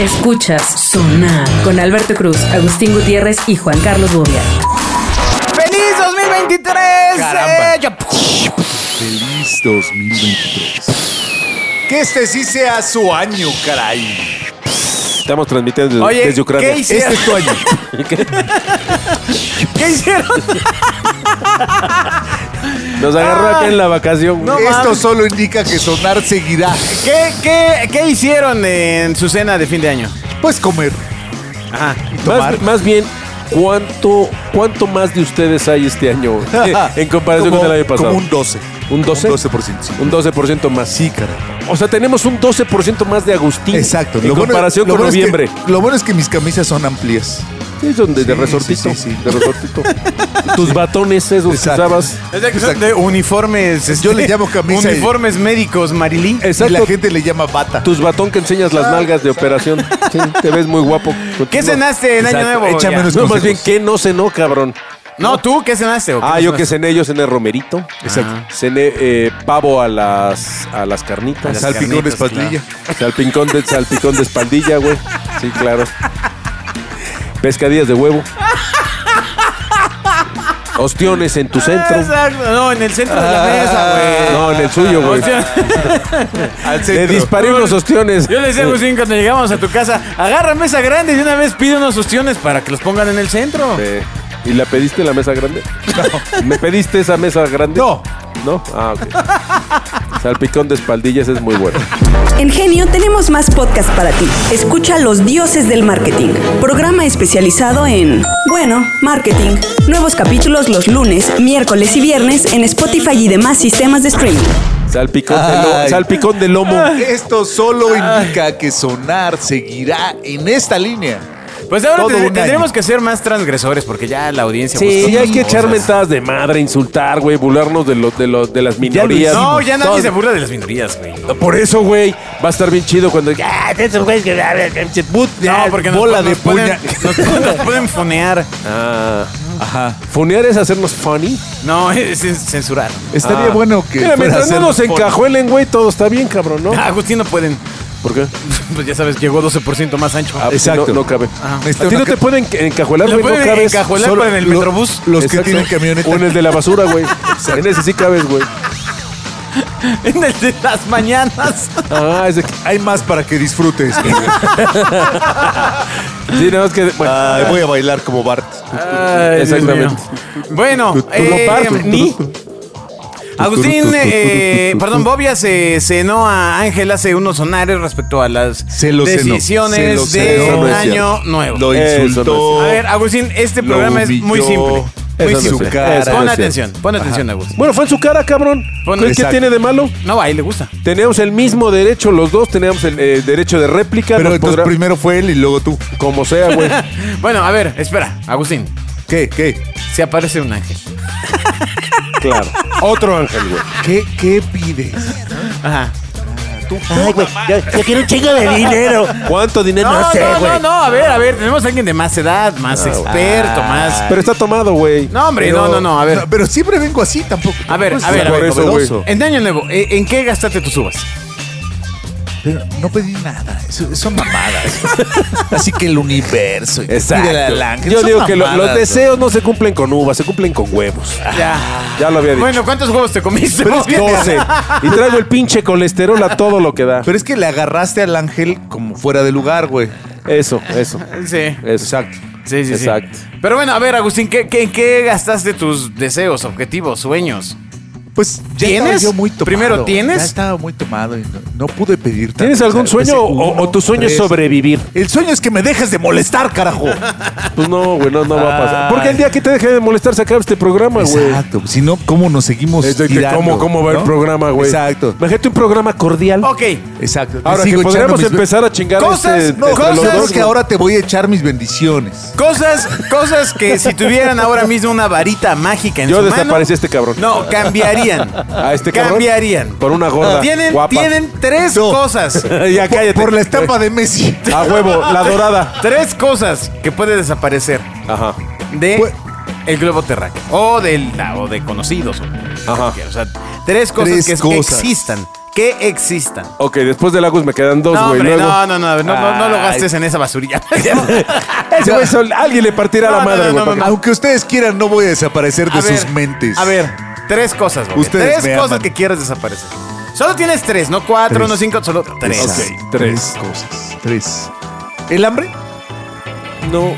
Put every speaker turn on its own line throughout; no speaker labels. Escuchas Sonar con Alberto Cruz, Agustín Gutiérrez y Juan Carlos Bobia.
¡Feliz 2023!
Caramba.
Eh, ya-
Feliz 2023. Que este sí sea su año, caray.
Estamos transmitiendo desde,
Oye,
desde Ucrania.
¿qué
Este
hicieron?
es tu año.
¿Qué hicieron?
Nos agarró
Ah,
acá en la vacación. güey.
Esto solo indica que sonar seguirá.
¿Qué, qué, qué hicieron en su cena de fin de año?
Pues comer.
Ajá.
más, más bien, ¿cuánto, ¿cuánto más de ustedes hay este año güey? en comparación
como,
con el año pasado?
como un 12.
¿Un 12?
Un 12%. sí.
Un 12% más.
Sí, caray.
O sea, tenemos un 12% más de Agustín.
Exacto.
En
Lo bueno-
comparación
lo
con
bueno es que-
noviembre.
lo bueno es que mis camisas son amplias.
Sí, son de, de
Sí,
resortito.
sí, sí, sí.
De resortito. Tus batones esos
Exacto.
que usabas.
Es de, que son de uniformes. este,
Yo le llamo camisa y-
Uniformes médicos, Marilín.
Y la
Exacto.
gente le llama bata.
Tus batón que enseñas las nalgas de operación. Sí, te ves muy guapo. Continúa.
¿Qué cenaste en Año
Exacto.
Nuevo?
échame
Ya.
unos-
No,
consejos.
más bien, ¿qué no cenó, cabrón?
No, ¿tú qué cenaste? o qué
Ah, yo que
cenaste?
cené, yo cené romerito.
Exacto.
Cené eh, pavo a las, a las carnitas.
las
Salpi-
Salpicones
carnitas,
pastilla.
salpicón, de, salpicón de espaldilla, güey. Sí, claro. Pescadillas de huevo. Ostiones en tu centro. Ah,
Exacto. No, en el centro de la mesa, güey.
No, en el suyo, güey.
O sea,
Al
Le
centro.
disparé unos ostiones.
yo le decía a Agustín cuando llegamos a tu casa, agarra mesa grande y de una vez pide unos ostiones para que los pongan en el centro.
Eh, ¿Y la pediste la mesa grande? No. ¿Me pediste esa mesa grande?
No.
¿No? Ah, ok. Salpicón de espaldillas es muy bueno.
En Genio tenemos más podcasts para ti. Escucha Los Dioses del Marketing, programa especializado en, bueno, marketing. Nuevos capítulos los lunes, miércoles y viernes en Spotify y demás sistemas de streaming.
Salpicón, de, lo-
Ay.
salpicón de lomo.
Esto solo indica que sonar seguirá en esta línea.
Pues ahora
Todo
tendr-
un
tendremos
año.
que ser más transgresores porque ya la audiencia...
Sí,
busca
ya hay
otras
que
cosas.
echar mentadas de madre, insultar, güey, burlarnos de, los de, los de las minorías.
No, ya nadie
Todo-
se burla de las minorías, güey.
Por eso, güey, va a estar bien chido cuando... Ah, esos güeyes que- ah, ah, ah, put- ah,
No, porque
bola
nos,
de
nos pueden,
puña.
nos, nos pueden funear.
Ah,
Ajá.
¿Funear es hacernos funny?
No, es cen- censurar.
Estaría
Ah.
bueno que. fuera
Mira,
a
mientras
hacer
no nos
un pod-
encajuelen, güey, todo está bien, cabrón, ¿no? Ah,
Ah, Agustín no pueden.
¿Por qué?
Pues ya sabes, llegó 12% más ancho.
Ah, pues,
Exacto.
No, no cabe.
Ah.
A ti no te pueden enca- encajuelar,
Lo
güey, no
pueden
cabes.
encajuelar
Solo-
para en el
lo-
metrobús.
Los que
Exacto.
tienen camioneta.
O en el de la basura, güey. en ese sí cabes, güey.
en el de las mañanas.
Ah, ese...
Hay más para que disfrutes.
Sí, nada más que... bueno.
Ay, voy a bailar como Bart.
Ay, Dios
Exactamente.
mío. Bueno,
Tú- tú
eh,
no partes.
ni- Agustín, eh, perdón, Bobia se cenó a Ángel hace unos sonares respecto a las
Se lo cenó. Se lo
decisiones
cenó.
de
Eso no es
año
cierto.
nuevo.
Lo
Eso no es
insultó.
a ver, Agustín, este
lo
programa es muy
humilló.
simple. Muy
Eso no es
simple.
cierto. Eso no
Pon
es
atención, pon atención, Agustín.
Bueno, fue en su cara, cabrón.
Bueno,
¿Qué- ¿Qué
exacto.
tiene de malo?
No, ahí le gusta.
Teníamos el mismo derecho los dos, teníamos el eh, derecho de réplica.
Pero
nos
entonces
podrá-
primero fue él y luego tú.
Como sea, güey.
Bueno, a ver, espera, Agustín.
¿Qué? ¿Qué?
Se aparece un ángel.
claro. Otro ángel, güey.
¿Qué, qué pides?
Ajá.
Ay, güey, yo, yo quiero un chingo de dinero.
¿Cuánto dinero?
No, no,
güey.
no, no, a ver, a ver, tenemos a alguien de más edad, más
Ah,
experto, más.
Pero está tomado, güey.
No, hombre,
Pero-
no, no, no, a ver.
No, pero siempre vengo así tampoco.
A ver,
Pues,
a ver, a
por
ver.
eso, güey.
novedoso.
En Año Nuevo, ¿eh, ¿en qué gastaste tus uvas?
Pero no pedí nada. Eso, son mamadas. así que el universo. y que
Exacto.
pídele al ángel,
Yo
son
digo que lo-
mamadas,
los deseos no se cumplen con uvas, se cumplen con huevos.
Ah,
Ya.
Ya lo había dicho.
Bueno, ¿cuántos huevos te comiste?
Pero es que-
12. Y traigo el pinche colesterol a todo lo que da.
Pero es que le agarraste al ángel como fuera de lugar, güey.
Eso, eso.
Sí.
Exacto.
Sí, sí, sí.
Exacto.
Pero bueno, a ver, Agustín, ¿qué, qué, en qué gastaste tus deseos, objetivos, sueños?
Pues ya
¿Tienes?
estaba yo muy tomado.
Primero, ¿tienes?
Ya estaba muy tomado y no, no pude pedir tanto.
¿Tienes algún
O sea,
sueño
empecé
o,
uno,
o tu sueño es
tres.
sobrevivir?
El sueño es que me dejes de molestar, carajo.
Pues no, güey, no, no va a pasar. Porque el día que te deje de molestar se acaba este programa, güey.
Exacto. Si no, ¿cómo nos seguimos
Es de que
tirando,
cómo, cómo va
no?
el programa, güey.
Exacto.
Imagínate un programa cordial.
Ok.
Exacto. Te
Ahora que
sigo echando
podríamos
mis-
empezar a chingar
Cosas,
este,
No,
entre
cosas
los dos,
que
güey.
ahora te voy a echar mis bendiciones.
Cosas, cosas que si tuvieran ahora mismo una varita mágica en
Yo
su mano...
desaparecí a este cabrón.
No, cambiarían.
a este cabrón
Cambiarían.
por una gorda
Tienen,
guapa.
tienen tres
No.
cosas.
ya cállate.
Por la estampa de Messi.
a huevo, la dorada.
Tres cosas que puede desaparecer
Ajá.
de
Pues-
el globo terráqueo o del o de conocidos. O,
Ajá.
o sea, tres cosas,
Tres
que, que
cosas.
existan, que existan.
Ok, después del Agus me quedan dos,
No,
güey.
hombre,
luego-
no, no, no, no, no, no lo
Ay.
gastes en esa basurilla.
Ese güey sol- alguien le partirá
No,
la
no,
madre,
no,
güey.
no,
para
no.
Aunque ustedes quieran, no voy a desaparecer de
A ver,
sus mentes.
A ver, tres cosas, güey.
Ustedes
Tres
me
cosas
aman.
que quieres desaparecer. Solo tienes tres, no cuatro,
Tres.
no cinco, solo tres.
Esas
Ok, tres.
cosas. Tres. ¿El hambre?
que- No,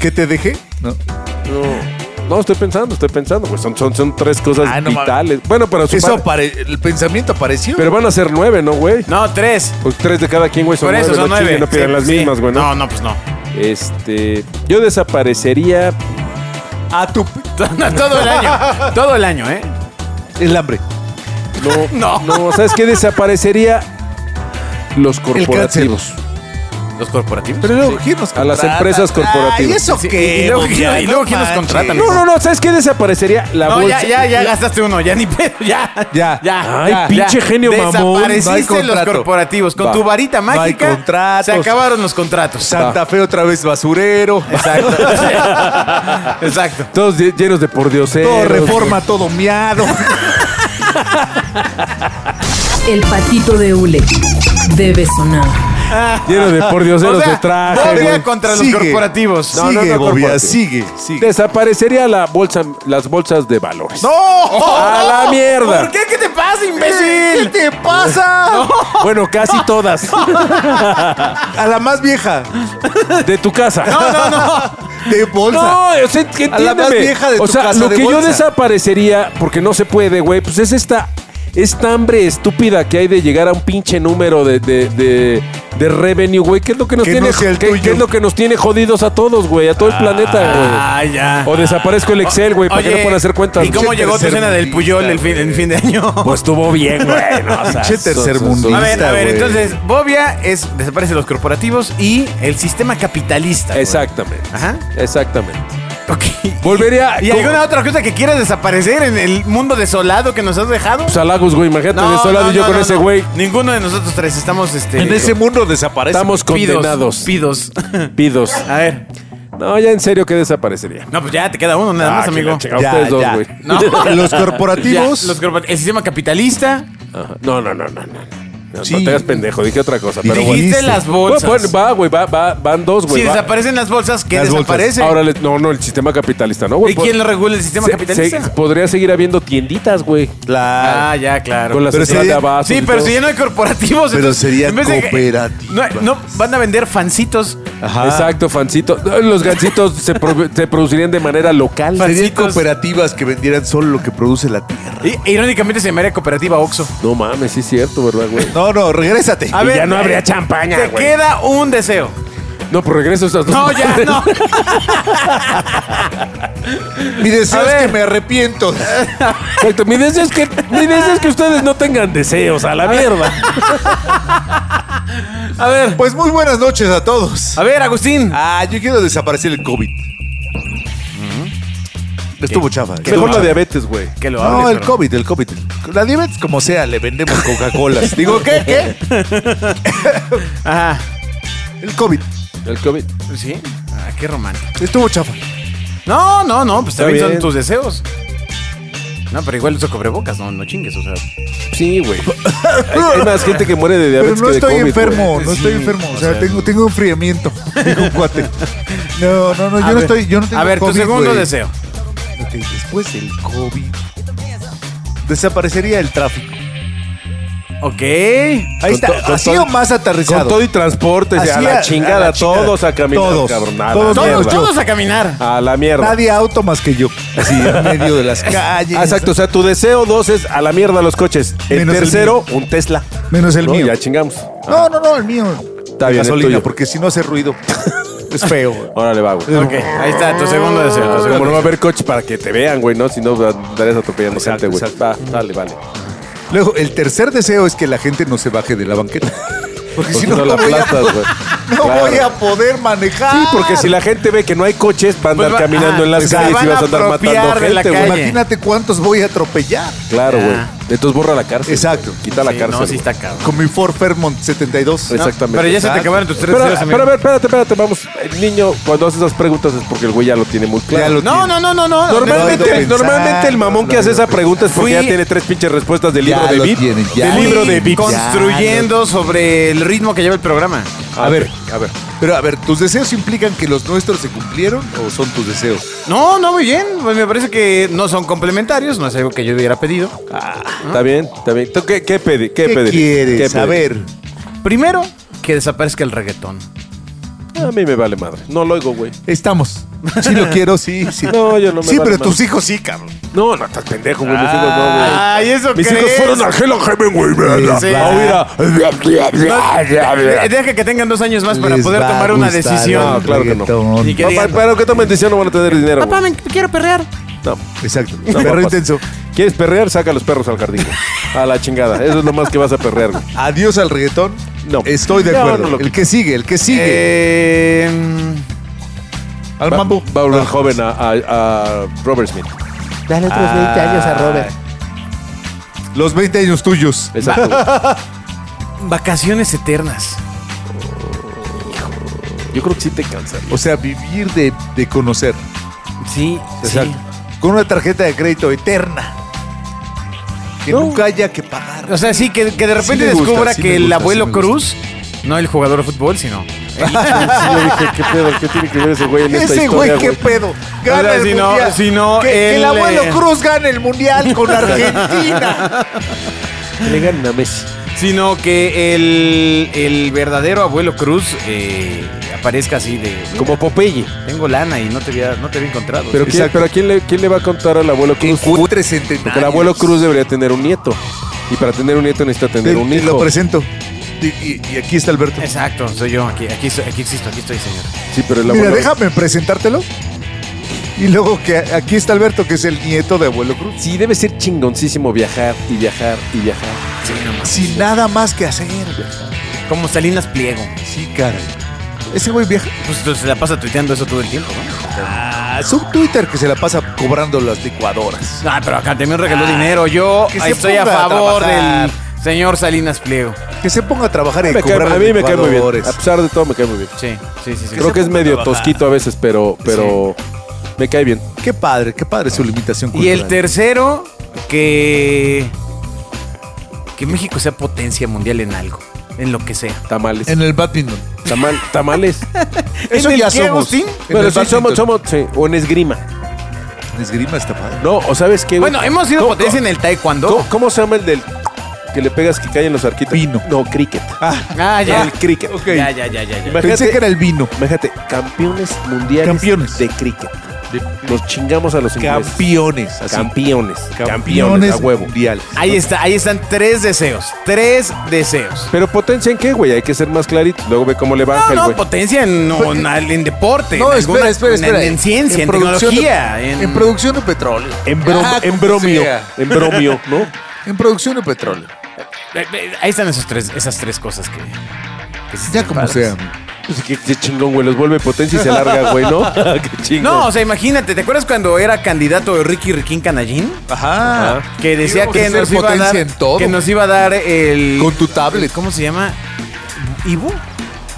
¿Que te dejé? No.
no. No, estoy pensando, estoy pensando. Pues son, son, son tres cosas
Ah, no mames.
vitales. Bueno, pero su
Eso
padre-
apare- el pensamiento apareció.
Pero van a ser nueve, ¿no, güey?
No, tres.
Pues tres de cada quien, güey, son
Por eso
nueve.
son
no chinguen,
nueve.
no pidan
Sí,
las
sí.
mismas, güey, ¿no?
No, no, pues no.
Este, yo desaparecería
a tu
No, Todo el año. Todo el año, ¿eh?
el hambre.
no, no, ¿sabes qué? Desaparecería los corporativos.
Los corporativos.
Pero luego, ¿quién nos
A las
contrata?
empresas corporativas.
Ay, ¿eso
Sí,
qué?
y luego-
Bobia?
y luego, ¿quién nos
manches.
contrata,
No, no, no, ¿sabes qué? Desaparecería la
No,
bolsa.
ya, ya, ya gastaste uno, ya ni pedo, ya.
Ya.
ya.
Ay,
ya,
pinche
ya.
genio mamón.
No hay
Desapareciste los
contrato.
corporativos. Con
Va.
tu varita
No hay
mágica.
contratos.
Se acabaron los contratos.
Santa Fe otra vez basurero.
Exacto. Exacto.
Todos lle- llenos de pordioseros.
Todo reforma, todo miado.
El patito de hule debe sonar.
Llenos de pordioseros
O sea,
de traje,
Bobia
güey.
contra los
Sigue.
corporativos.
No, no,
sigue, Bobia,
no, corporativo.
sigue, sigue.
Desaparecería la bolsa, las bolsas de valores.
¡No!
¡A la mierda!
¿Por qué? ¿Qué te pasa, imbécil?
te pasa?
Bueno, casi todas.
A la más vieja.
De tu casa.
No, no, no.
De bolsa.
No, o sea, que
A la más
entiéndeme.
vieja de
O
tu
sea,
casa
lo
de
que yo
bolsa.
desaparecería, porque no se puede, güey, pues es esta, esta hambre estúpida que hay de llegar a un pinche número de, de, de- de revenue, güey. ¿Qué es lo que nos
Que
tiene
no sea el
qué-
tuyo.
qué es lo que nos tiene jodidos a todos, güey? A todo el planeta,
Ah, ya.
güey. O desaparezco el Excel, güey, ¿para qué
Oye,
no pueden hacer cuentas?
¿Y cómo
Pinche
llegó tu
tercer
cena del
mundista,
Puyol el fin,
güey.
en fin de año?
Pues estuvo bien, güey. no, o sea,
Pinche tercermundista,
A ver, a ver,
güey.
entonces, Bobia es desaparece los corporativos y el sistema capitalista. güey.
Exactamente.
Ajá.
Exactamente.
Ok.
Volvería
¿Y
con-
alguna otra cosa que quieras desaparecer en el mundo desolado que nos has dejado?
pues, a Lagos, güey. Imagínate de solado y yo
no,
con
no,
ese
no.
güey.
Ninguno de nosotros tres estamos este,
En ese mundo desaparece.
Estamos
pidos,
condenados.
Pidos.
Pidos.
A ver.
No, ya en serio, ¿qué desaparecería?
No, pues ya te queda uno nada
Ah,
más,
que
amigo.
la chingada, ustedes dos, güey.
No.
Los corporativos.
Ya, los corpora- el sistema capitalista.
Ajá. No, no, no, no, no. No,
Sí.
no te hagas pendejo, dije otra cosa, pero
dijiste
bueno.
Dijiste las bolsas.
Bueno, bueno, va, güey, va, va, van dos, güey.
si
va.
desaparecen las bolsas, ¿qué
Las bolsas.
desaparece?
Ahora, le- no, no, el sistema capitalista, ¿no, güey?
¿Y quién lo regula el sistema
Se-
capitalista?
se- podría seguir habiendo tienditas, güey.
La-
Ah, ya, claro.
Con las
Pero
entradas de
sería-
abajo.
sí,
y
pero
todo.
si ya no hay corporativos.
Pero
entonces,
serían
en vez de que-
cooperativas.
No, no, van a vender fancitos.
Ajá.
Exacto, fancito. Los gansitos se, pro- se producirían de manera local.
Serían
Fancitos.
cooperativas que vendieran solo lo que produce la tierra.
Y- e irónicamente se llamaría cooperativa Oxxo.
No mames, sí es cierto, ¿verdad, güey?
No, no, regrésate.
A
Y
ver,
ya no
eh,
habría champaña,
Te
güey.
queda un deseo.
No, pero regreso a estas dos.
No, ya,
madres.
no.
Mi deseo
A
es que
ver.
me arrepiento.
Exacto. Mi deseo, es que, mi deseo es que ustedes no tengan deseos, a la mierda.
A ver,
Pues muy buenas noches a todos.
a ver, Agustín.
Ah, yo quiero desaparecer el COVID.
Mm.
Estuvo chafa. ¿eh?
Mejor la diabetes, güey.
Que lo
No,
hables,
el
pero-
COVID, el COVID. La diabetes, como sea, le vendemos Coca-Colas. Digo, ¿qué? ¿Qué?
Ajá.
El COVID.
El COVID.
¿Sí? Ah, qué romántico.
Estuvo chafa.
No, no, no, pues
Está
también
bien.
son tus deseos. No, pero igual uso cobrebocas, no, no chingues, o sea.
Sí, güey. Hay, hay más gente que muere de
Pero
diabetes
no
que de
estoy
COVID,
enfermo,
güey.
no estoy enfermo. O sea, tengo, tengo enfriamiento. Digo, un cuate. No, no, no, yo
A
no
ver.
estoy, yo no tengo
A ver,
COVID,
tu segundo
güey.
deseo.
Ok, después del COVID, desaparecería el tráfico.
Ok.
Ahí está,
Con to- con
así
todo-
o más aterrizado.
Con todo y transporte,
Así
a
a- a
la
la
chingada,
chingada.
todos a caminar,
Todos,
cabrón. A la
todos,
mierda.
Todos,
yo.
todos a caminar.
A la mierda.
Nadie auto más que yo. Así, en medio de las calles.
Ah, Exacto, o sea, tu deseo dos es a la mierda los coches. El
Menos el
tercero, un Tesla.
Menos el
No,
mío.
Ya chingamos.
No, no, no, el mío.
Está bien, el
Gasolina,
tuyo.
porque si no hace ruido, es feo. güey.
Órale, va, güey.
Ok, ahí está, tu segundo deseo. tu
Ah,
segundo
Como no
deseo.
va a haber coches para que te vean, güey, ¿no? Si no, andarías atropellando gente, güey.
exacto.
Va, dale, vale.
Luego, el tercer deseo es que la gente no se baje de la banqueta. Porque
Porque
si no,
la
voy a-
aplastas, güey.
No
Claro.
voy a poder manejar.
Sí, porque si la gente ve que no hay coches, va a andar
Pues va-
caminando
ah,
en las
pues se
calles y
van
vas
a
a andar matando
apropiar de la
gente, güey.
calle.
Imagínate cuántos voy a atropellar.
Claro, güey.
Ah.
Entonces borra la cárcel.
Exacto.
Quita la
Sí,
cárcel.
No, sí
güey.
está cabrón.
Con mi Ford Fairmont 72.
Exacto. Exactamente.
Pero ya se te acabaron tus tres
Pero,
deseos, amigo.
pero a ver, espérate, espérate, vamos. El niño, cuando hace esas preguntas es porque el güey ya lo tiene muy claro.
Ya lo
no, no, no, no, no.
Lo he
Normalmente,
ido
normalmente el mamón
pensando,
que hace
lo he ido
esa pregunta es porque
Fui-
ya tiene tres pinches respuestas del libro
Ya
de
lo
Bip.
tiene, ya.
Del libro de Bip.
Construyendo sobre el ritmo que lleva el programa.
A ver, a ver.
Pero a ver, ¿tus deseos implican que los nuestros se cumplieron o son tus deseos?
No, no, muy bien. Pues me parece que no son complementarios, no es algo que yo hubiera pedido.
Está bien, está bien. ¿Tú qué, qué pedí? ¿Qué,
¿Qué,
pedí?
quieres?
¿Qué
a
pedí?
ver.
Primero, que desaparezca el reggaetón.
A mí me vale madre. No lo oigo, güey.
Estamos. Sí lo quiero, sí, sí.
No, yo no me
Sí,
vale
pero
madre.
tus hijos sí, cabrón.
No, no estás pendejo, güey. Mis hijos no, güey.
Ay, eso
Mis
crees.
hijos fueron a Hell Heaven, güey. ¿verdad?
Sí.
Ah, mira.
De- Deja que tengan dos años más para
Les
poder
va a
tomar una
gustar
decisión.
el
claro que no.
reggaetón.
Y que
Papá,
digan,
pero que tomen decisión no van a tener dinero.
Papá,
güey.
me quiero perrear.
No.
Exacto.
No,
Perro
papás.
intenso.
¿Quieres perrear? Saca a los perros al jardín. güey. A la chingada. Eso es lo más que vas a perrear. güey.
Adiós al reggaetón.
No.
Estoy de
No,
acuerdo.
no lo
el que sigue, el que sigue.
Eh, mm,
al
Va-
mambo.
Va a volver joven a, a- a Robert Smith.
Dale otros 20 años a Robert.
Ah, Los 20 años tuyos.
Exacto. güey.
vacaciones eternas.
Yo creo que sí te cansa.
O sea, vivir de, de conocer.
Sí,
Exacto.
Con una tarjeta de crédito eterna. Que
No.
nunca haya que pagar.
O sea, sí, que, que de repente
me gusta,
descubra
sí
que
me
el
gusta,
abuelo
sí me
Cruz, no el jugador de fútbol, sino. Ah.
Sí, yo dije, ¿qué pedo? ¿Qué tiene que ver ese güey en esta
Ese
historia,
güey, qué pedo. Gana
Mira,
el
si no-
mundial.
si no,
que, que
él,
el abuelo
eh,
Cruz gane el mundial con Argentina.
Le ganan a Messi.
Sino que el, el verdadero abuelo Cruz eh, aparezca así de.
Como Popeye.
Tengo lana y no te había, no te había encontrado.
Pero, ¿quién,
Exacto.
pero ¿a quién le, quién le va a contar al abuelo
que
Cruz?
encuentre centenarios.
Porque el abuelo Cruz debería tener un nieto. Y para tener un nieto necesita
Te,
tener un
te lo
hijo.
presento. Y, y- y aquí está Alberto.
Exacto, soy yo aquí, aquí, soy- aquí existo, aquí estoy, señor.
Sí, pero el
Mira,
abuelo.
déjame presentártelo. Y luego que aquí está Alberto, que es el nieto de abuelo Cruz.
Sí, debe ser chingoncísimo viajar y viajar y viajar.
Sí, nomás.
Sin nada más que hacer.
Como Salinas Pliego.
Sí, caray. Ese güey viaja.
Pues entonces la pasa tuiteando eso todo el tiempo, ¿no?
Ah, Es un Twitter que se la pasa cobrando las licuadoras.
Ah, pero acá también regaló dinero. Yo
que se
estoy a
ponga a
favor
trabajar.
del señor Salinas Pliego.
Que se ponga a trabajar y
Me cae-
cobrar
a
las
mí me cae muy bien.
licuadoras. Ah,
A pesar de todo, me cae muy bien.
Sí, sí, sí. sí.
Creo que es medio tosquito a veces, pero, pero me cae bien.
pues, Qué padre, qué padre su limitación
Y
cultural.
el tercero, que. Que México sea potencia mundial en algo, en lo que sea.
Tamales.
En el badminton.
Tamal- tamales.
Eso
¿En el
ya
qué,
somos.
Agustín?
En
pero
el
sí, somos,
badminton.
somos, sí, o en esgrima.
Esgrima está padre.
No, o sabes qué. güey?
Bueno, eh, hemos sido
¿Cómo-
potencia en el taekwondo.
¿Cómo, cómo se llama el del que le pegas que caen los arquitos?
Vino.
No, cricket.
Ah, ya.
El cricket.
Ya, ya, ya, ya. ya.
Imagínate,
Pensé que era el vino.
imagínate, campeones mundiales
Campeones.
de cricket. Los chingamos a los ingleses.
Pues, Campeones. así.
Campeones.
Campeones
a huevo.
mundiales.
Ahí está, ahí están tres deseos. Tres deseos.
Pero potencia en qué, güey? Hay que ser más clarito. Luego ve cómo le baja
No,
el
no, pues,
güey.
potencia en, no,
Porque-
en, al- en deporte.
Pues, No,
en
espera,
alguna-
espera,
en-
espera.
En, ciencia, en,
producción de-
tecnología. en,
en producción de petróleo.
en, brom-
Ah,
en
como
bromio.
sea.
En bromio, ¿no?
En producción de petróleo.
Eh, eh, Ahí están esos tres, esas tres cosas que. que sí
Ya
están
como
padres.
sea.
Pues qué, qué chingón, güey. Los vuelve potencia y se larga, güey, ¿no? qué chingón.
No, o sea, imagínate, ¿te acuerdas cuando era candidato de Ricky Riquín Canallín?
Ajá.
Que decía
Íbamos a
que
ser
nos, iba a dar,
potencia en todo.
que nos iba a dar el.
Con tu tablet.
¿Cómo se llama? ¿Ibu?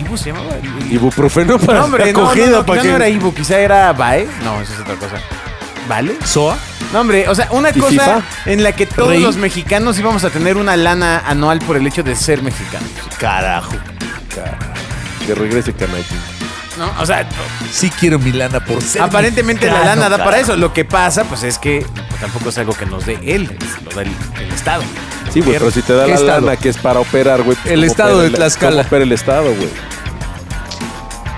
¿Ibu se llamaba?
Ibuprofeno para
No, hombre,
la
no,
acogida,
no, no, quizá
para que-
no era Ibu, quizá era Bae. No, eso es otra cosa. ¿Vale?
¿Soa?
No, hombre, o sea, una
¿Y
cosa
FIFA?
en la que todos
Rey.
los mexicanos íbamos a tener una lana anual por el hecho de ser mexicanos.
Carajo.
Que regrese Canallín.
¿no? O sea,
Sí quiero Milana por ser.
aparentemente la
mexicano,
lana da para
carajo.
eso. Lo que pasa, pues es que pues, tampoco es algo que nos dé él, es- lo da el, el Estado.
pues,
Sí, güey, pero si te da
¿Qué
la
estado?
lana que es para operar, güey. pues,
El
¿cómo
estado
opera
de
el-
Tlaxcala.
¿Cómo opera el estado, güey?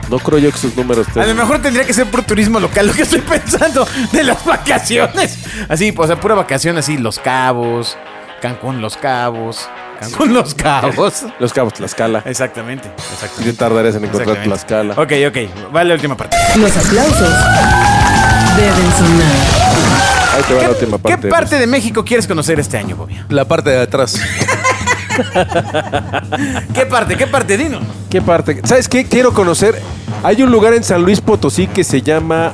No creo yo que sus números
A
estén-
lo mejor tendría que ser por turismo local, lo que estoy pensando de las vacaciones. Así, pues, o sea, pura vacación, así, Los Cabos, Cancún, Los Cabos, Cancún, Los Cabos.
Los cabos
Eh,
Tlaxcala.
Exactamente,
¿Qué
exactamente.
tardarías en encontrar
Exactamente.
Tlaxcala?
Ok, ok, va la última parte.
Los aplausos deben sonar.
Ahí te va la última
¿Qué
parte.
parte de México quieres conocer este año, Bobia?
La parte de atrás.
¿Qué parte? ¿Qué parte? Dino.
¿Qué parte? ¿Sabes qué? Quiero conocer. Hay un lugar en San Luis Potosí que se llama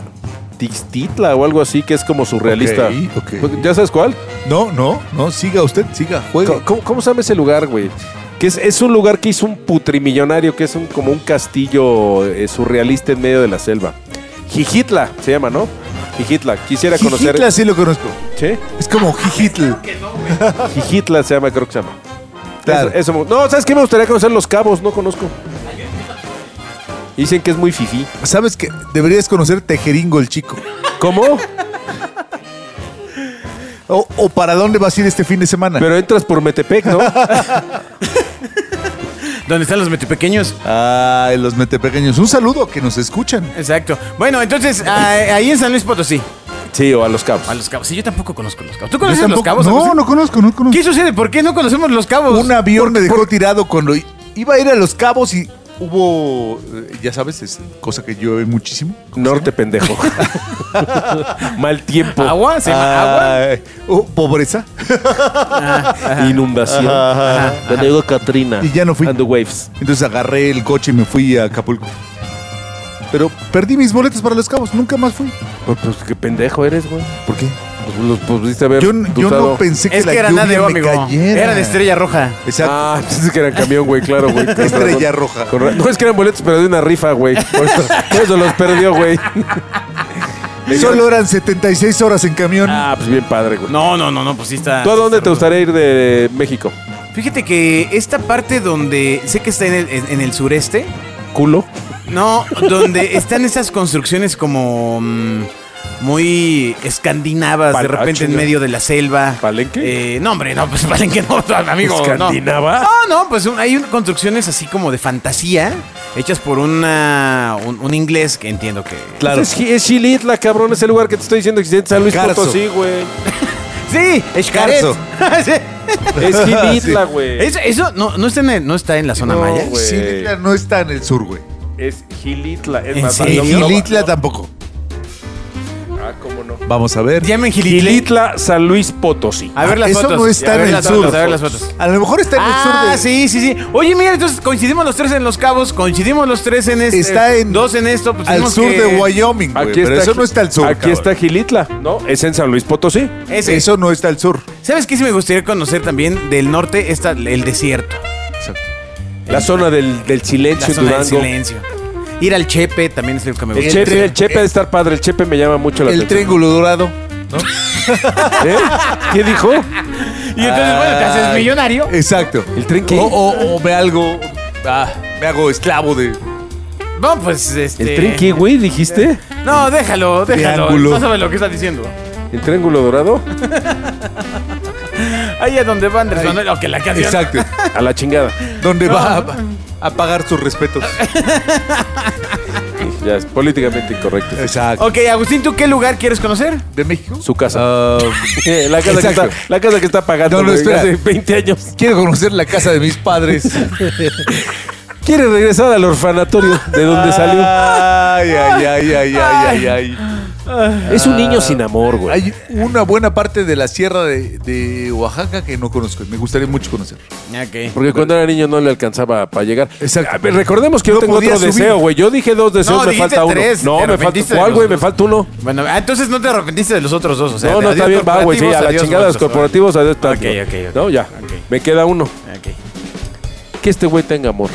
Tixtitla o algo así, que es como surrealista. Pues,
Ok, ok.
¿Ya sabes cuál?
No, no, no, siga usted, siga, juegue.
¿Cómo- ¿Cómo, cómo se llama ese lugar, güey? Que es, es un lugar que hizo un putrimillonario, que es un, como un castillo eh, surrealista en medio de la selva. Jijitla se llama, ¿no? Jijitla. Quisiera conocer.
Jijitla sí lo conozco.
¿Sí?
Es como Jijitl.
Jijitla se llama, creo que se llama.
Claro.
Eso- eso me- no, ¿sabes qué? Me gustaría conocer los cabos, no conozco. Dicen que es muy fifí.
¿Sabes qué? Deberías conocer Tejeringo el Chico.
¿Cómo?
O, o para dónde vas a ir este fin de semana.
Pero entras por Metepec, ¿no?
¿Dónde están los metipequeños?
Ay, los metepequeños. Un saludo que nos escuchan.
Exacto. Bueno, entonces, a- ahí en San Luis Potosí.
Sí, o a los cabos.
A los cabos. Sí, yo tampoco conozco los cabos. ¿Tú
Yo
conoces los
tampoco-
cabos?
no,
Agustín?
no conozco, no conozco.
¿Qué sucede? ¿Por qué no conocemos los cabos?
Un avión me dejó tirado cuando i- iba a ir a Los Cabos y hubo, eh, ya sabes, es cosa que llueve muchísimo.
Norte pendejo. Mal tiempo.
Agua, se
Ah.
llama agua.
Ay, oh, pobreza.
Inundación. Donde llegó Katrina.
Y ya no fui.
And the waves.
Entonces agarré el coche y me fui a Acapulco. Pero perdí mis boletos para Los Cabos, nunca más fui.
Pues, pues, qué pendejo eres, güey.
¿Por qué?
Pues los pues, pudiste haber
Yo, n- yo
cruzado.
no pensé que
Es
la
que era
lluvia
nada de
me
amigo.
cayera.
Era de estrella roja.
Exacto.
Ah, pensé que era camión, güey, claro, güey. con
Estrella
razón.
roja.
Con ra- No es que eran boletos, pero de una rifa, güey. Por eso, por eso los perdió, güey.
Solo eran 76 horas en camión.
Ah, pues bien padre, güey.
No, no, no, no, pues sí está.
¿Tú a dónde
está
te
rudo.
gustaría ir de México?
Fíjate que esta parte donde. Sé que está en el, en- en el sureste.
¿Culo?
No, donde están esas construcciones como. mm, muy escandinavas,
Pal-
de repente
ah,
en
chinga.
medio de la selva.
¿Palenque?
Eh, no, hombre, no, pues Palenque no, amigo. no.
¿Escandinava?
No, no, pues un- hay un- construcciones así como de fantasía, hechas por una, un, un inglés que entiendo que.
Claro. Es, Chi- es Xilitla, cabrón, ese lugar que te estoy diciendo que existe en San Luis
Carso.
Potosí, güey.
Sí, Escaret.
Carso.
Sí.
Es Xilitla, güey.
Eso, eso no, no, está en el- no está en la zona
No,
maya.
güey.
Sí, Litla no está en el sur, güey.
Es Gilitla. Es
¿En
más,
serio?
no, no, no.
Gilitla tampoco.
Ah, cómo no.
Vamos a ver.
Llamen Gilitla. Ah,
Gilitla, San Luis Potosí.
A ver las
Eso
fotos.
no está
a ver
en el
las
sur.
fotos, a ver las fotos.
A lo mejor está en el sur
Ah,
de...
sí, sí, sí. Oye, mira, entonces coincidimos los tres en Los Cabos, coincidimos los tres en este.
Está en-
Dos en esto. Pues
Al
tenemos
sur
que-
de Wyoming, güey. Pero eso
Gi-
no está al sur,
Aquí
cabrón.
está Gilitla. No, es en San Luis Potosí.
Ese.
Eso no está al sur.
¿Sabes qué sí me gustaría conocer también? Del norte está el desierto.
La zona del, del
La
silencio en
zona del
Durango.
silencio. Ir al Chepe también es lo que me
El
gusta.
Chepe, el Chepe ha de estar padre. El Chepe me llama mucho la
El
atención.
Triángulo Dorado.
¿Eh? ¿Qué dijo?
Y entonces, bueno, te haces millonario.
Exacto.
¿El tren qué?
O, o- o me algo... ah, me hago esclavo de...
No, pues este.
¿El tren qué, güey? ¿Dijiste?
No, déjalo, déjalo.
Triángulo.
No sabes lo que está diciendo.
¿El triángulo dorado?
Ahí es donde va Andrés Manuel, aunque la canción.
Exacto.
A la chingada.
Donde va a, a pagar sus respetos.
Ya es políticamente incorrecto.
Exacto.
Ok, Agustín, ¿tú qué lugar quieres conocer?
¿De México?
Su casa. Eh, la, casa que
Ah, Exacto.
está, la casa que está pagando
No, no,
güey,
espera.
hace 20 años.
Quiero conocer la casa de mis padres.
Quiere regresar al orfanatorio de donde salió.
Ay, ay, ay, ay, ay, ay, ay.
Es un niño sin amor, güey.
Hay una buena parte de la sierra de, de Oaxaca que no conozco. y Me gustaría mucho conocer.
Ok.
Porque cuando era niño no le alcanzaba para llegar.
Exacto.
A ver, recordemos que yo
No
tengo otro
podía subir.
deseo, güey. Yo dije dos deseos,
No,
me
dijiste
falta uno.
tres,
no,
te
me falta.
arrepentiste de
¿Cuál,
los
güey? Me
dos.
falta uno.
Bueno, ah, entonces no te arrepentiste de los otros dos, o sea,
no,
de
no,
adiós
está bien, va, güey. Sí, a la
corporativos,
chingada de
adiós
los corporativos, adiós, tal.
Ok, ok, ok.
No, ya.
Ok.
Me queda uno.
Ok.
Que este güey tenga amor.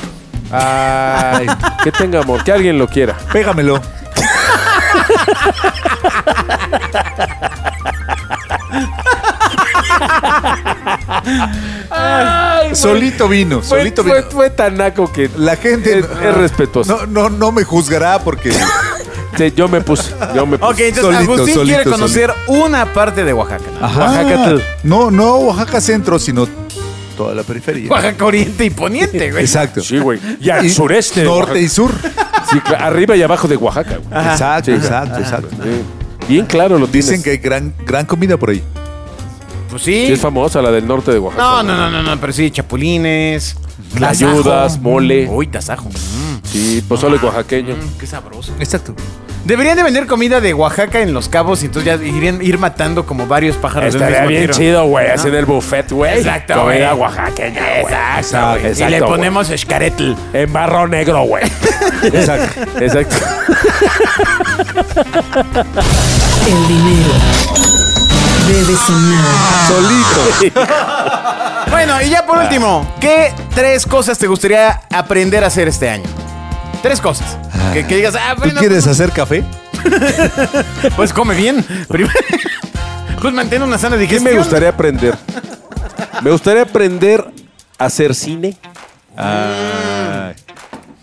Ay,
Que tenga amor. Que alguien lo quiera.
pégamelo. solito vino,
Fue,
solito
fue-
vino.
fue tan naco que
La gente
es, es respetuosa.
No, no, no me juzgará porque
Sí, yo me puse. Yo me puse.
Ok, entonces
Solito,
Agustín
solito,
quiere conoter una parte de Oaxaca. ¿no?
Oaxaca.
Ah, No, no Oaxaca centro, sino toda la periferia.
Oaxaca Oriente y Poniente, güey.
Exacto.
Sí, güey. Y al
Y
sureste. de
Norte y
Oaxaca.
sur.
Sí, cla- arriba y abajo de Oaxaca, güey.
Exacto,
Sí.
exacto, exacto.
Sí. Bien claro lo tienes.
Dicen que hay gran, gran comida por ahí.
Pues
Sí,
sí.
es famosa la del norte de Oaxaca.
No, no, no, no, no, pero sí, chapulines, Tasajo.
Ayudas, mole.
Uy, tasajo. Mm,
Sí, pozole oaxaqueño.
mm, qué sabroso.
Exacto.
Deberían de vender comida de Oaxaca en Los Cabos y entonces ya irían ir matando como varios pájaros de un
Estaría
mismo
bien
tiro.
chido, güey.
¿No?
Así en el buffet, güey.
Exacto,
Comida
güey.
oaxaqueña, güey.
Exacto. güey.
Exacto,
y le
güey.
ponemos escaretl.
En barro negro, güey. Exacto. Exacto.
El dinero debe sonar.
Solito.
Bueno, y ya por
Ah.
último, ¿qué tres cosas te gustaría aprender a hacer este año? Tres cosas. Que, que digas, ah,
¿Tú
bueno,
quieres hacer café?
pues come bien. Primero, pues mantén una sana
¿Qué
digestión.
me gustaría aprender? Me gustaría aprender a hacer cine.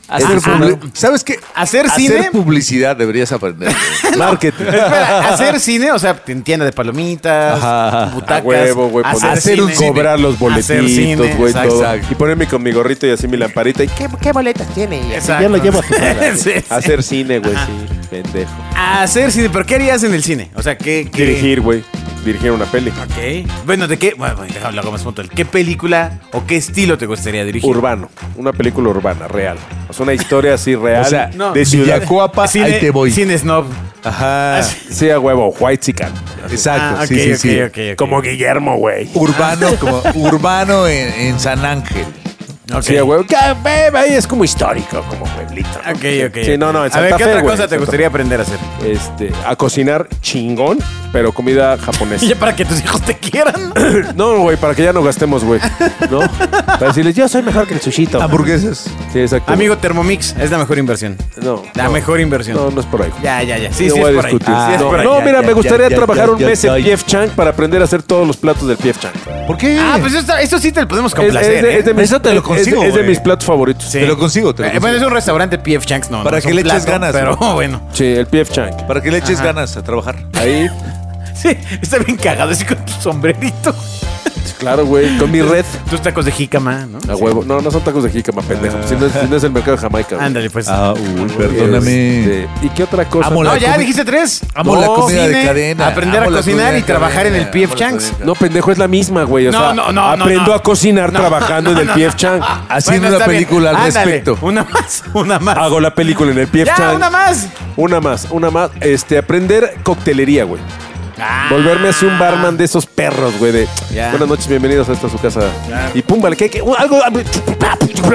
Hacer
Hacer
publi-
publi- ¿Sabes qué?
¿Hacer cine?
publicidad deberías aprender.
Marketing.
Espera, hacer cine, o sea, en tienda de palomitas, butacas.
A huevo, güey. poner-
Hacer un cine.
Cobrar los
Hacer cine,
boletitos, güey.
exacto.
todo. Y ponerme con mi gorrito y así mi lamparita. ¿Y qué? pues,
Exacto.
Ya lo llevo a su casa.
Sí, sí.
Hacer cine, güey. Sí, pendejo.
Hacer cine, pero ¿qué harías en el cine? O sea, ¿qué. qué-
Dirigir, güey. Dirigir una peli.
Ok. Bueno, ¿de qué? Bueno, déjame hablar más puntual. ¿Qué película o qué estilo te gustaría dirigir?
Urbano. Una película urbana, real. O sea, una historia así real.
O sea,
no.
de
ciudad.
Villacuapa,
Cine-
ahí te voy.
Cine snob.
Ajá.
Sí, a huevo. White chican.
Exacto,
Ah, ok,
sí, sí,
ok,
sí.
ok, ok.
Como Guillermo, güey.
Urbano, como urbano en, en San Ángel.
Ok.
Sí, a huevo. Que, ve, ve, ahí es como histórico, como pueblito. ¿no?
Ok, ok.
Sí, no, no, en
A ver,
Santa
¿qué
Fe,
otra cosa
güey, en
te
Santa
gustaría aprender a hacer?
Este, a cocinar chingón, pero comida japonesa.
Y ya para que tus hijos te quieran.
No, güey, para que ya no gastemos, güey. ¿No? Para decirles, yo soy mejor que el sushito.
Hamburguesas.
Sí, exacto.
Amigo Thermomix, es la mejor inversión.
No,
La
no.
mejor inversión.
No, no es por ahí.
Ya, ya, ya. Sí,
no
sí,
voy
es
a
por ahí.
discutir.
Sí, es
no,
por ahí.
no, mira,
ya,
me gustaría
ya,
trabajar
ya,
un
ya,
mes
ya.
en Pief Chang para aprender a hacer todos los platos del Pief Chang.
¿Por qué?
Ah, pues esto, esto sí te lo podemos complacer.
de-
¿eh?
de mis-
Eso te lo
es-
consigo,
Es, de
güey.
mis platos favoritos.
Sí.
Sí,
Te lo consigo, te lo
Eh, Bueno,
consigo.
es un restaurante PF Changs, no.
Para
no es
que
un
le eches ganas,
Pero
¿no?
bueno.
el Pief Chang.
Para que le eches ganas a trabajar.
Ahí,
Sí, está bien cagado así con tu sombrerito.
pues, claro, güey, con mi red.
Tus tacos de jícama, ¿no?
A huevo. No, no son tacos de jícama, pendejo. Si, no es, si no es el mercado de Jamaica. güey.
Ándale, pues.
Ah, uy, perdóname.
Este, ¿Y qué otra cosa?
Amo
no,
la
ya
comi-
dijiste tres.
amo la comida de cadena,
Aprender
amo
a
la
cocinar
comida
y
de
trabajar en
cadena,
el PF
amo la
Changs.
comida.
No, pendejo, es la misma, güey. O
No,
sea,
no, no,
aprendo
no.
a cocinar
No,
trabajando en el PF Chang.
Haciendo una
está bien.
película al
Ándale,
respecto.
Una más, una más.
Hago la película en el PF
ya,
Chang.
una más.
Una más, una más. Este, aprender coctelería, güey.
Ah,
Volverme así un barman de esos perros, güey. De
Ah. Ya.
buenas noches, bienvenidos a esta su casa.
Ya.
Y pum, vale, que, que- algo.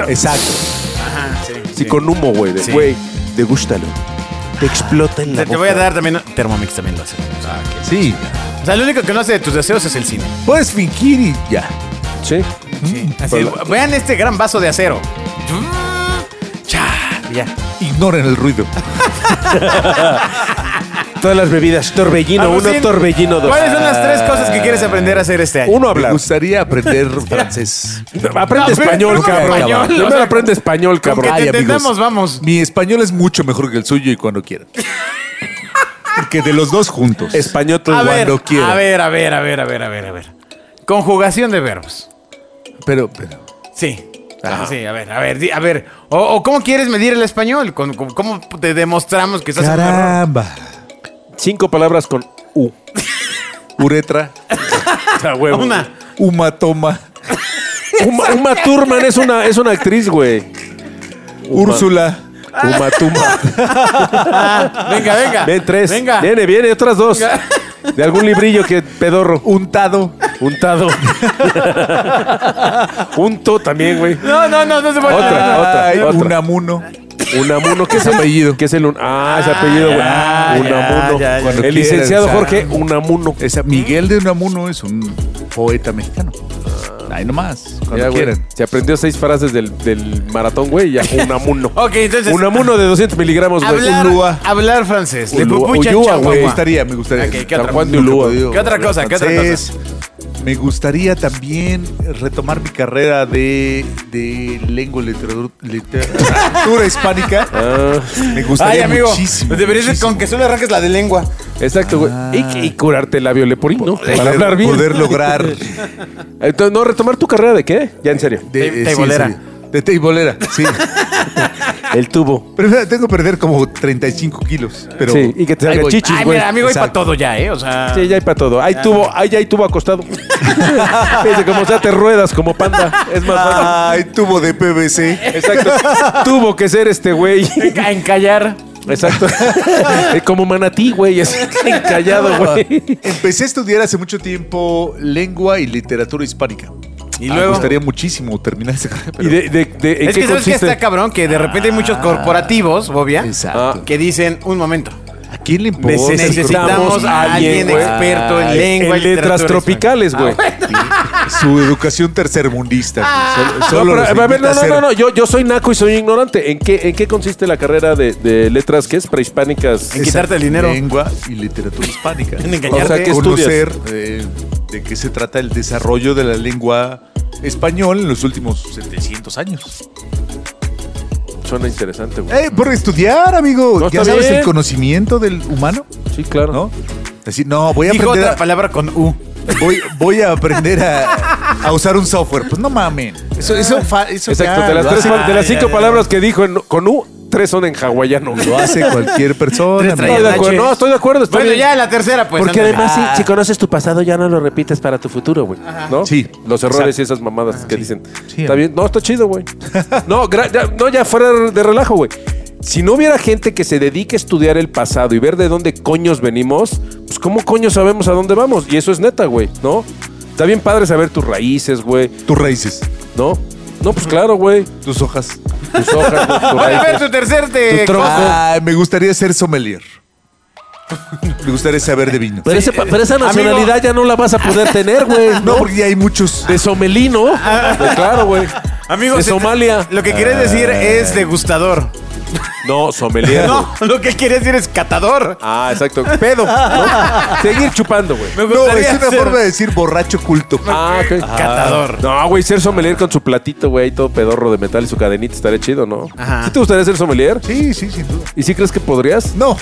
Exacto.
Ajá, sí.
Sí, con humo, güey. de,
Sí.
Güey, degústalo. Te explota en la
Te, te
boca.
voy a dar también. Thermomix también lo hace. Ah,
Sí.
O sea, lo único que no hace de tus deseos es el cine.
Puedes fingir y ya.
Sí.
Sí. Así,
Hola.
vean este gran vaso de acero. Cha, y ya.
Ignoren el ruido.
Todas las bebidas. Torbellino uno,
Agustín,
torbellino dos.
¿Cuáles son las tres cosas que quieres aprender a hacer este año?
Uno
Me
hablar.
gustaría aprender francés.
Aprende
No, pero-
español,
pero ¿cómo
cabrón.
español?
Primero
O sea,
aprende español,
Con
cabrón.
que te
Ay, amigos.
entendamos, vamos.
Mi español es mucho mejor que el suyo y cuando quieran. Porque de los dos juntos.
Español
A ver,
cuando quiera.
a ver, a ver, a ver, a ver, a ver, a ver. Conjugación de verbos.
Pero, pero.
Sí. Ah, Sí, a ver, a ver, di- a ver. O, o cómo quieres medir el español? ¿Con- con- ¿Cómo te demostramos que estás en un error?
Caramba.
Cinco palabras con U.
Uretra,
Una.
Umatoma,
Uma, Uma Thurman es una, es una actriz, güey.
Úrsula.
Ah.
Uma Thurman.
Venga, venga.
Ven, tres.
Venga.
Viene, viene, otras dos.
Venga.
De algún librillo que pedorro.
Untado.
Untado. Unto también, güey.
No, no, no, no se puede.
Otra.
Ay,
otra.
Unamuno.
Unamuno, ¿qué es
Ese
el
apellido.
¿Qué es el un- Ah, ese apellido, güey.
Ah, ya,
Unamuno.
ya, ya,
ya.
el licenciado
Cuando
Jorge
quieras,
Unamuno.
Esa- Miguel de Unamuno es un poeta mexicano.
Ah.
Ahí nomás, cuando
Ya, güey.
quieran.
Se aprendió seis frases del, del maratón, güey, y ya Unamuno.
Ok, entonces-
Unamuno de 200 miligramos, güey.
Hablar,
Ulúa.
hablar francés. De
Ulúa,
pupucha en
Ulúa,
Chihuahua.
güey.
Me gustaría, me gustaría.
Ok, ¿qué otra?
Juan de Ulúa.
¿Qué otra cosa? ¿Qué otra
Francés. Me gustaría también eh, retomar mi carrera de, de lengua y literatura, literatura hispánica.
Ah.
Me gustaría
Ay, amigo.
muchísimo.
deberías de-
muchísimo.
con que solo arranques la de lengua.
Exacto, güey.
Ah.
Y, y curarte el labio leporino. Para
pues,
Poder-
hablar bien.
Poder lograr.
Entonces, no, retomar tu carrera de qué? Ya en serio.
eh, De,
Teibolera.
sí, en serio. de teibolera, sí.
El tubo.
Pero tengo que perder como 35 kilos. Pero
sí, y que te
Ahí
salga
voy.
chichis,
Ay,
güey.
mira, amigo, hay para
Exacto.
todo ya, ¿eh? O sea.
Sí, ya hay para todo. Hay tubo, ahí ya hay tubo acostado. Dice, como sea, te ruedas como panda. Es más
Ah.
fácil.
Ay, tubo de PVC.
Exacto. Tuvo que ser este güey.
A encallar.
Exacto. como manatí, güey. Es
Ah.
encallado, güey.
Empecé a estudiar hace mucho tiempo lengua y literatura hispánica.
Y
Ah,
luego.
Me gustaría muchísimo terminar ese carrera.
pues ¿Y
pero-
de, de- de- en
Es
qué
que sabes que
consiste? Ah.
está cabrón que de repente hay muchos corporativos, Bobia,
Exacto.
que dicen, un momento,
¿A quién le importa?
necesitamos a alguien
güey.
experto en
Ay,
lengua. y
en letras
literatura
tropicales, güey.
Su educación tercermundista. güey. Solo,
No,
solo
pero,
los
a ver,
invita
no,
Ah. a
no,
ser-
no, no, Yo, yo soy naco y soy ignorante. ¿En qué, en qué consiste la carrera de, de letras que es prehispánicas?
En quitarte el dinero.
Lengua y literatura hispánica.
En engañarte.
O sea, ¿qué
conocer eh, de qué se trata el desarrollo de la lengua español en los últimos 700 años.
estudias? Suena interesante, güey.
Eh, por estudiar, amigo.
No,
ya
está
sabes
bien.
el conocimiento del humano,
Sí, claro.
¿no? Decir, no, voy a
Dijo
aprender
otra
a,
palabra con U.
voy, voy a aprender a, a usar un software. Pues no mamen. Eso, eso, fa- eso
Exacto.
ya
de, las
lo
tres
hace-
pal- de las
ya,
cinco
ya.
palabras que dijo en- con U, tres son en hawaiano.
Lo hace cualquier persona.
Tres
Estoy de
amigo.
traídas.
acuerdo, no, estoy de acuerdo. está
Bueno,
bien.
ya la tercera, pues.
Porque
ándale.
además,
Ah.
si, si conoces tu pasado, ya no lo repites para tu futuro, güey.
¿No?
Sí.
Los errores
Exacto.
y esas mamadas que dicen.
Sí,
está
amigo.
bien. No, está chido, güey. No, gra- ya, no, ya fuera de relajo, güey. Si no hubiera gente que se dedique a estudiar el pasado y ver de dónde coños venimos, pues cómo coño sabemos a dónde vamos. Y eso es neta, güey, ¿no? Está bien padre saber tus raíces, güey,
Tus raíces,
¿no? No, pues claro, güey.
tus hojas.
Tus hojas, güey, tus
Oye, a ver,
raíces.
tu tercer te.
Tu tronco.
Ah, me gustaría ser sommelier. Me gustaría saber de vino.
Pero, ese pa- pero esa nacionalidad ya no la vas a poder tener, güey.
No, porque ya hay muchos.
De somelino. Pues claro, güey.
Amigos,
De
se-
Somalia.
Lo que quieres decir es degustador.
No, sommelier.
No, lo que quieres decir es catador.
Ah, exacto. Pedo. ¿no? Seguir chupando, güey.
Me
No,
gustaría
es una
ser
forma de decir borracho culto.
Ah, ok.
Catador.
No, güey, ser sommelier con su platito, güey, todo pedorro de metal y su cadenita estaría chido, ¿no?
Ajá.
¿Sí te gustaría ser sommelier?
Sí, sí, sin duda.
¿Y si crees que podrías?
No,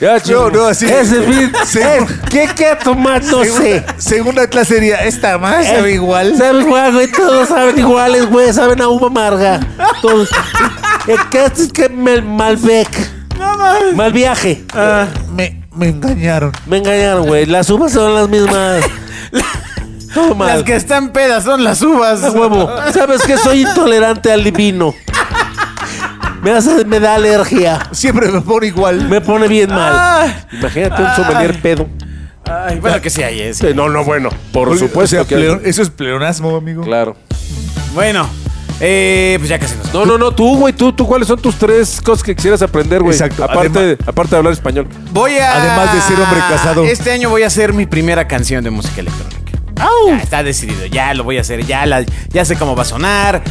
Ya, chido.
no, no, así.
Ese fin.
Según,
¿Qué queda tomar? No sé.
segunda clase sería esta más,
Eh,
sabe igual.
Saben Eh, igual, güey. Todos saben iguales, güey. Saben a uva amarga. Todos. El caso es que me Malbec. Mal viaje.
Me, me engañaron.
Me engañaron, güey. Las uvas son las mismas. Todo mal.
Las que están pedas son las uvas.
A huevo. ¿Sabes que soy intolerante al vino? Me hace, me da alergia.
Siempre me pone igual.
Me pone bien
Ah.
mal. Imagínate un sommelier pedo.
Ay, bueno, que sí hay ese.
No, no, bueno. Por
Oye, o
supuesto
sea,
que.
pleo- eso es pleonasmo, amigo.
Claro.
Bueno, eh, pues ya casi nos.
No, no, no, tú, güey, tú, tú, ¿cuáles son tus tres cosas que quisieras aprender, güey?
Exacto,
Aparte, aparte de hablar español.
Voy a.
Además de ser hombre casado.
Este año voy a hacer mi primera canción de música electrónica. Ya está decidido, ya lo voy a hacer, ya, la- ya sé cómo va a sonar,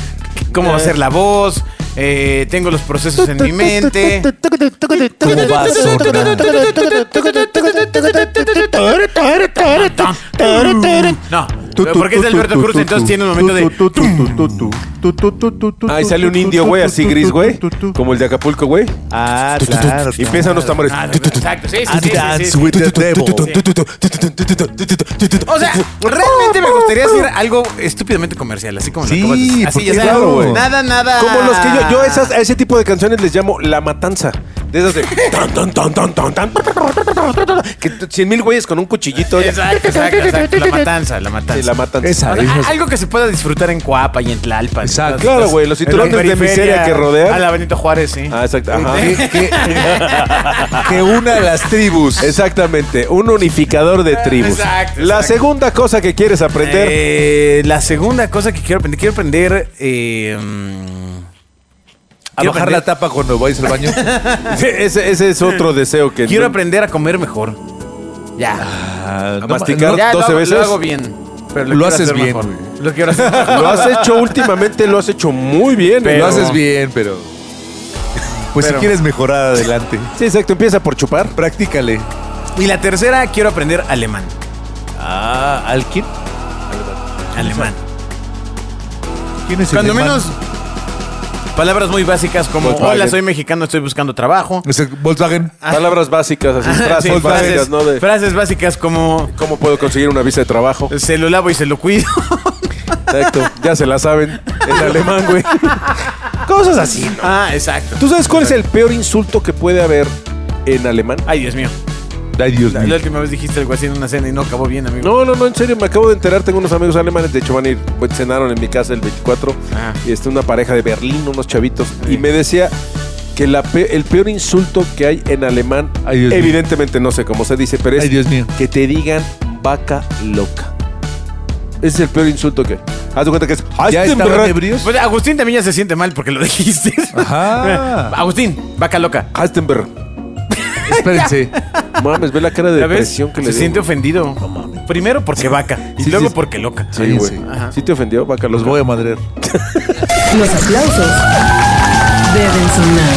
cómo va a ser la voz, eh, tengo los procesos en mi mente.
¿Cómo va a sonar?
No, pero porque es de Alberto Cruz, entonces tiene un momento de.
Ah, y sale un indio, güey, así gris, güey. Como el de Acapulco, güey.
Ah, claro.
Y empiezan los tambores.
Ah, Exacto, sí, sí, sí, sí, sí.
with the devil.
O sea, realmente me gustaría hacer algo estúpidamente comercial, así como lo
Sí,
acabas de decir. Así,
porque
ya sabes,
claro, güey.
nada, nada.
Como los que yo,
Ah.
yo esas, a ese tipo de canciones les llamo la matanza. De esas de. tan, tan, tan, tan, tan, tan, que t- cien mil güeyes con un cuchillito. ya.
Exacto, exacto, exacto. La matanza, la
Sí,
matanza.
la matanza. Ah,
Esa.
O sea, a- algo que se pueda disfrutar en Coapa y en Tlalpan.
Exacto.
Entonces,
Claro, güey, los
en
cinturones
la
de
periferia,
miseria que rodean.
A la Benito Juárez, sí.
Ah, exacto. ajá.
Que, que- que una de las tribus.
Exactamente, un unificador de tribus.
Exacto,
La
exacto.
segunda cosa que quieres aprender.
Eh, la segunda cosa que quiero aprender, quiero aprender. eh, mm,
A
quiero
bajar
aprender-
la tapa cuando vais al baño.
ese, ese es otro deseo que.
Quiero
no-
aprender a comer mejor. Ya.
Ah, no,
masticar.
no,
Ya, lo
12
hago-
veces.
Lo hago bien. Pero
Lo
quiero
haces
hacer
bien,
mejor.
güey.
Lo quiero hacer
Lo has hecho últimamente, lo has hecho muy bien.
Lo
Pero-
haces bien, pero. Pues si quieres mejorar, adelante.
Sí, exacto, empieza por chupar.
Practícale.
Y la tercera, quiero aprender alemán.
Ah, ¿al quién?
Alemán.
¿Quién es el
Cuando
alemán?
menos. Palabras muy básicas como:
Volkswagen.
Hola, soy mexicano, estoy buscando trabajo.
Es el Volkswagen.
Palabras básicas, así,
Ah, Sí,
frases básicas,
frases,
¿no? De
frases básicas como
cómo puedo conseguir una visa de trabajo.
se lo lavo y se lo cuido.
Exacto, ya se la saben. En alemán, güey. Cosas así, ¿no?
Ah, exacto.
¿Tú sabes cuál es el peor insulto que puede haber en alemán?
Ay, Dios mío.
Ay, Dios
La, la última vez dijiste algo así en una cena y no acabó bien, amigo.
No, no, no, en serio, me acabo de enterar, tengo unos amigos alemanes, de hecho van a ir, pues, cenaron en mi casa el 24,
Ah.
y está una pareja de Berlín, unos chavitos, y me decía que la pe- el peor insulto que hay en alemán,
Ay, Dios mío.
evidentemente no sé cómo se dice, pero es
Ay, Dios mío.
que te digan vaca loca. Ese es el peor insulto que hay. Haz de cuenta que es... este
¿Ya estaban
Heisenberg-
ebrios?
Pues Agustín también ya se siente mal porque lo dijiste.
Ajá.
Agustín, vaca loca.
Heisenberg.
Espérense.
este Mames, ve la cara de
¿Ya ves?
depresión que
se
le dio,
siente
güey.
ofendido. Primero porque vaca y
Sí,
luego
sí.
porque loca.
Sí, güey.
Sí, sí.
Ajá.
¿Sí te ofendió, vaca
Los
loca?
voy a madrear.
Los aplausos deben sonar.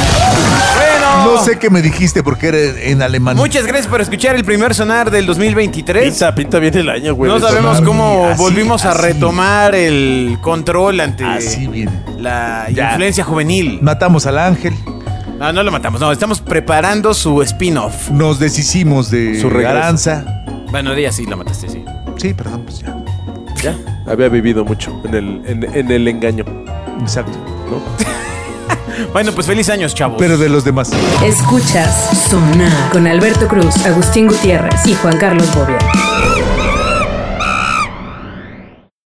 Bueno,
No sé qué me dijiste porque era en alemán.
muchas gracias por escuchar el primer sonar del 2023.
Pinta, pinta bien el año, güey.
no
Eso.
sabemos
sonar,
cómo
así,
volvimos a
así.
retomar el control ante
Así viene.
la
Ya.
influencia juvenil.
Matamos al ángel.
No, no lo matamos, no, estamos preparando su spin-off.
Nos deshicimos de
Su regreso.
Garanza.
Bueno, ella sí lo mataste, sí.
Sí, perdón, pues ya.
Ya, había vivido mucho en el, en, en el engaño,
Exacto.
¿no?
Bueno, pues feliz años, chavos.
Pero de los demás.
Escuchas Sonar con Alberto Cruz, Agustín Gutiérrez y Juan Carlos Bobia.